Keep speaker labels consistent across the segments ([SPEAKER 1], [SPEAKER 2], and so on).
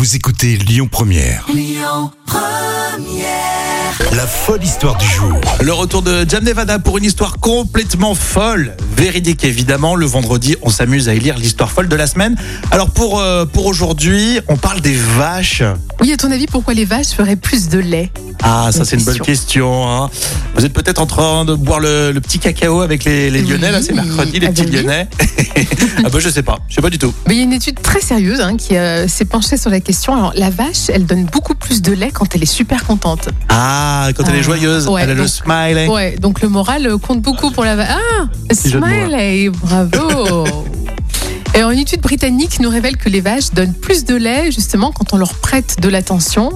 [SPEAKER 1] Vous écoutez Lyon Première. Lyon Première. La folle histoire du jour.
[SPEAKER 2] Le retour de Jam Nevada pour une histoire complètement folle, véridique évidemment. Le vendredi, on s'amuse à élire l'histoire folle de la semaine. Alors pour, euh, pour aujourd'hui, on parle des vaches.
[SPEAKER 3] Oui, à ton avis, pourquoi les vaches feraient plus de lait
[SPEAKER 2] Ah, ça c'est une bonne question. hein. Vous êtes peut-être en train de boire le, le petit cacao avec les, les Lyonnais, là c'est
[SPEAKER 3] Oui,
[SPEAKER 2] mercredi, les
[SPEAKER 3] ah
[SPEAKER 2] petits
[SPEAKER 3] ben oui.
[SPEAKER 2] Lyonnais. ah bah je sais pas, je sais pas du tout.
[SPEAKER 3] Mais il y a une étude très sérieuse hein, qui euh, s'est penchée sur la question. Alors, la vache, elle donne beaucoup plus de lait quand elle est super contente.
[SPEAKER 2] Ah, quand elle est
[SPEAKER 3] Ah,
[SPEAKER 2] joyeuse,
[SPEAKER 3] ouais,
[SPEAKER 2] elle a le
[SPEAKER 3] donc-
[SPEAKER 2] smiley.
[SPEAKER 3] Ouais, donc le moral euh, compte beaucoup pour la vache. Ah,
[SPEAKER 2] jeu de mots, hein.
[SPEAKER 3] smiley, bravo Et alors, une étude britannique nous révèle que les vaches donnent plus de lait justement quand on leur prête de l'attention.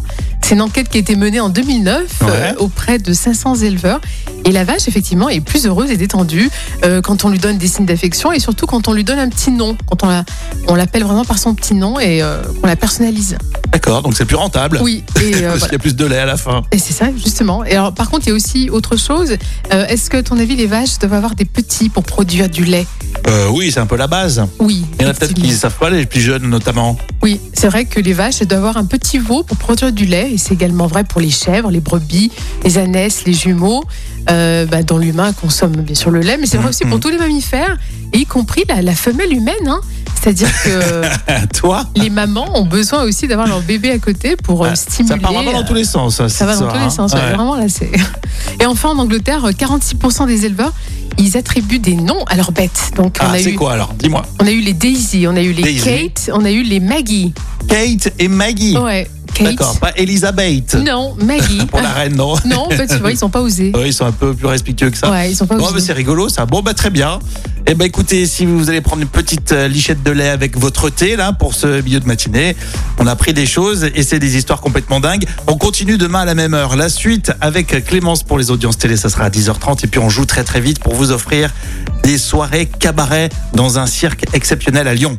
[SPEAKER 3] C'est une enquête qui a été menée en 2009
[SPEAKER 2] Ouais.
[SPEAKER 3] euh, auprès de 500 éleveurs. Et la vache, effectivement, est plus heureuse et détendue euh, quand on lui donne des signes d'affection et surtout quand on lui donne un petit nom, quand on la- on l'appelle vraiment par son petit nom et euh, qu'on la personnalise.
[SPEAKER 2] D'accord, donc c'est plus rentable.
[SPEAKER 3] Oui, et euh,
[SPEAKER 2] Parce
[SPEAKER 3] voilà.
[SPEAKER 2] qu'il y a plus de lait à la fin.
[SPEAKER 3] Et c'est ça, justement. Et alors, par contre, il y a aussi autre chose. Euh, Est-ce que, à ton avis, les vaches doivent avoir des petits pour produire du lait
[SPEAKER 2] Euh, oui, c'est un peu la base.
[SPEAKER 3] Oui.
[SPEAKER 2] Il y en a peut-être qui ne
[SPEAKER 3] effectivement.
[SPEAKER 2] savent pas, les plus jeunes notamment.
[SPEAKER 3] Oui, c'est vrai que les vaches elles doivent avoir un petit veau pour produire du lait. Et c'est également vrai pour les chèvres, les brebis, les ânesses, les jumeaux. Euh, bah, dans l'humain, consomme bien sûr le lait, mais c'est vrai aussi
[SPEAKER 2] Mhm.
[SPEAKER 3] pour tous les mammifères, et y compris la, la femelle humaine. hein. C'est-à-dire que
[SPEAKER 2] Ah, toi
[SPEAKER 3] les mamans ont besoin aussi d'avoir leur bébé à côté pour euh,
[SPEAKER 2] Ouais, Ah,
[SPEAKER 3] stimuler.
[SPEAKER 2] Ça part vraiment dans tous les sens. hein,
[SPEAKER 3] Ça va dans tous les sens, ouais, vraiment là c'est. Et enfin en Angleterre, euh, 46% des éleveurs, ils attribuent des noms à leurs bêtes. Donc on,
[SPEAKER 2] Ah,
[SPEAKER 3] a
[SPEAKER 2] c'est
[SPEAKER 3] eu,
[SPEAKER 2] quoi alors Dis-moi.
[SPEAKER 3] on a eu les Daisy, on a eu les
[SPEAKER 2] Daisy.
[SPEAKER 3] Kate, on a eu les Maggie.
[SPEAKER 2] Kate et Maggie.
[SPEAKER 3] Ouais,
[SPEAKER 2] D'accord,
[SPEAKER 3] Kate.
[SPEAKER 2] pas Elisabeth.
[SPEAKER 3] Non, Maggie.
[SPEAKER 2] Pour la reine, non.
[SPEAKER 3] non, en fait, tu vois, ils sont pas osés.
[SPEAKER 2] Eux, ils sont un peu plus respectueux que ça.
[SPEAKER 3] Ouais, ils sont pas
[SPEAKER 2] Bon,
[SPEAKER 3] osés.
[SPEAKER 2] bah, c'est rigolo ça. Bon, bah très bien. Eh ben écoutez, si vous allez prendre une petite euh, lichette de lait avec votre thé là pour ce milieu de matinée, on a pris des choses et c'est des histoires complètement dingues. On continue demain à la même heure. La suite avec Clémence pour les audiences télé, ça sera à 10h30 et puis on joue très très vite pour vous offrir des soirées cabaret dans un cirque exceptionnel à Lyon.